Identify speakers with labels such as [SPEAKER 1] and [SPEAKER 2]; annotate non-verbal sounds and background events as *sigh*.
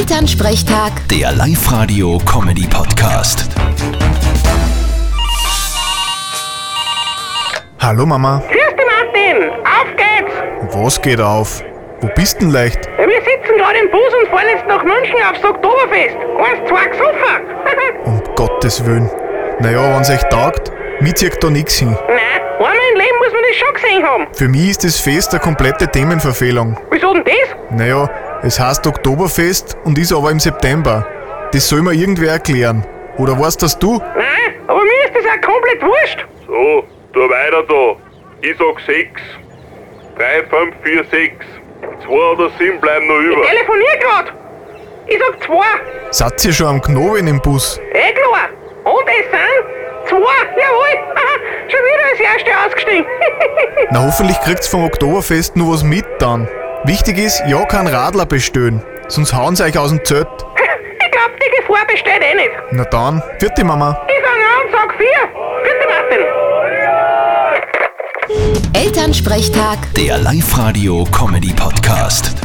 [SPEAKER 1] Elternsprechtag,
[SPEAKER 2] Der Live-Radio-Comedy-Podcast.
[SPEAKER 3] Hallo Mama,
[SPEAKER 4] Grüß dich, Martin! Auf geht's!
[SPEAKER 3] was geht auf? Wo bist denn leicht?
[SPEAKER 4] Wir sitzen gerade im Bus und fahren jetzt nach München aufs Oktoberfest. Eins, zwei gesoffen! *laughs*
[SPEAKER 3] Um Gottes Willen. Naja, wenn's euch taugt, mir zieht da nix hin.
[SPEAKER 4] Nein, einmal im Leben muss man das schon gesehen haben.
[SPEAKER 3] Für mich ist das Fest eine komplette Themenverfehlung.
[SPEAKER 4] Wieso denn das?
[SPEAKER 3] Naja, es heißt Oktoberfest und ist aber im September. Das soll mir irgendwer erklären. Oder weißt das du?
[SPEAKER 4] Nein, aber mir ist das auch komplett wurscht.
[SPEAKER 5] So, tu weiter da. Ich sag 6. 3, 5, 4, 6. 2 oder 7 bleiben noch über.
[SPEAKER 4] Telefonier grad! Ich sag zwei.
[SPEAKER 3] Satz ihr schon am Knobeln im Bus?
[SPEAKER 4] Eh klar! Und es sind zwei! Jawohl! *laughs* schon wieder als Erste ausgestiegen. *laughs*
[SPEAKER 3] Na hoffentlich kriegt's vom Oktoberfest nur was mit dann. Wichtig ist, ja kein Radler bestellen, sonst hauen's euch aus dem Zelt.
[SPEAKER 4] ich glaub, die Gefahr besteht eh nicht.
[SPEAKER 3] Na dann, vierte Mama.
[SPEAKER 4] Ich fang an und sag vier. Bitte, Martin!
[SPEAKER 1] Elternsprechtag.
[SPEAKER 2] Der Live-Radio-Comedy-Podcast.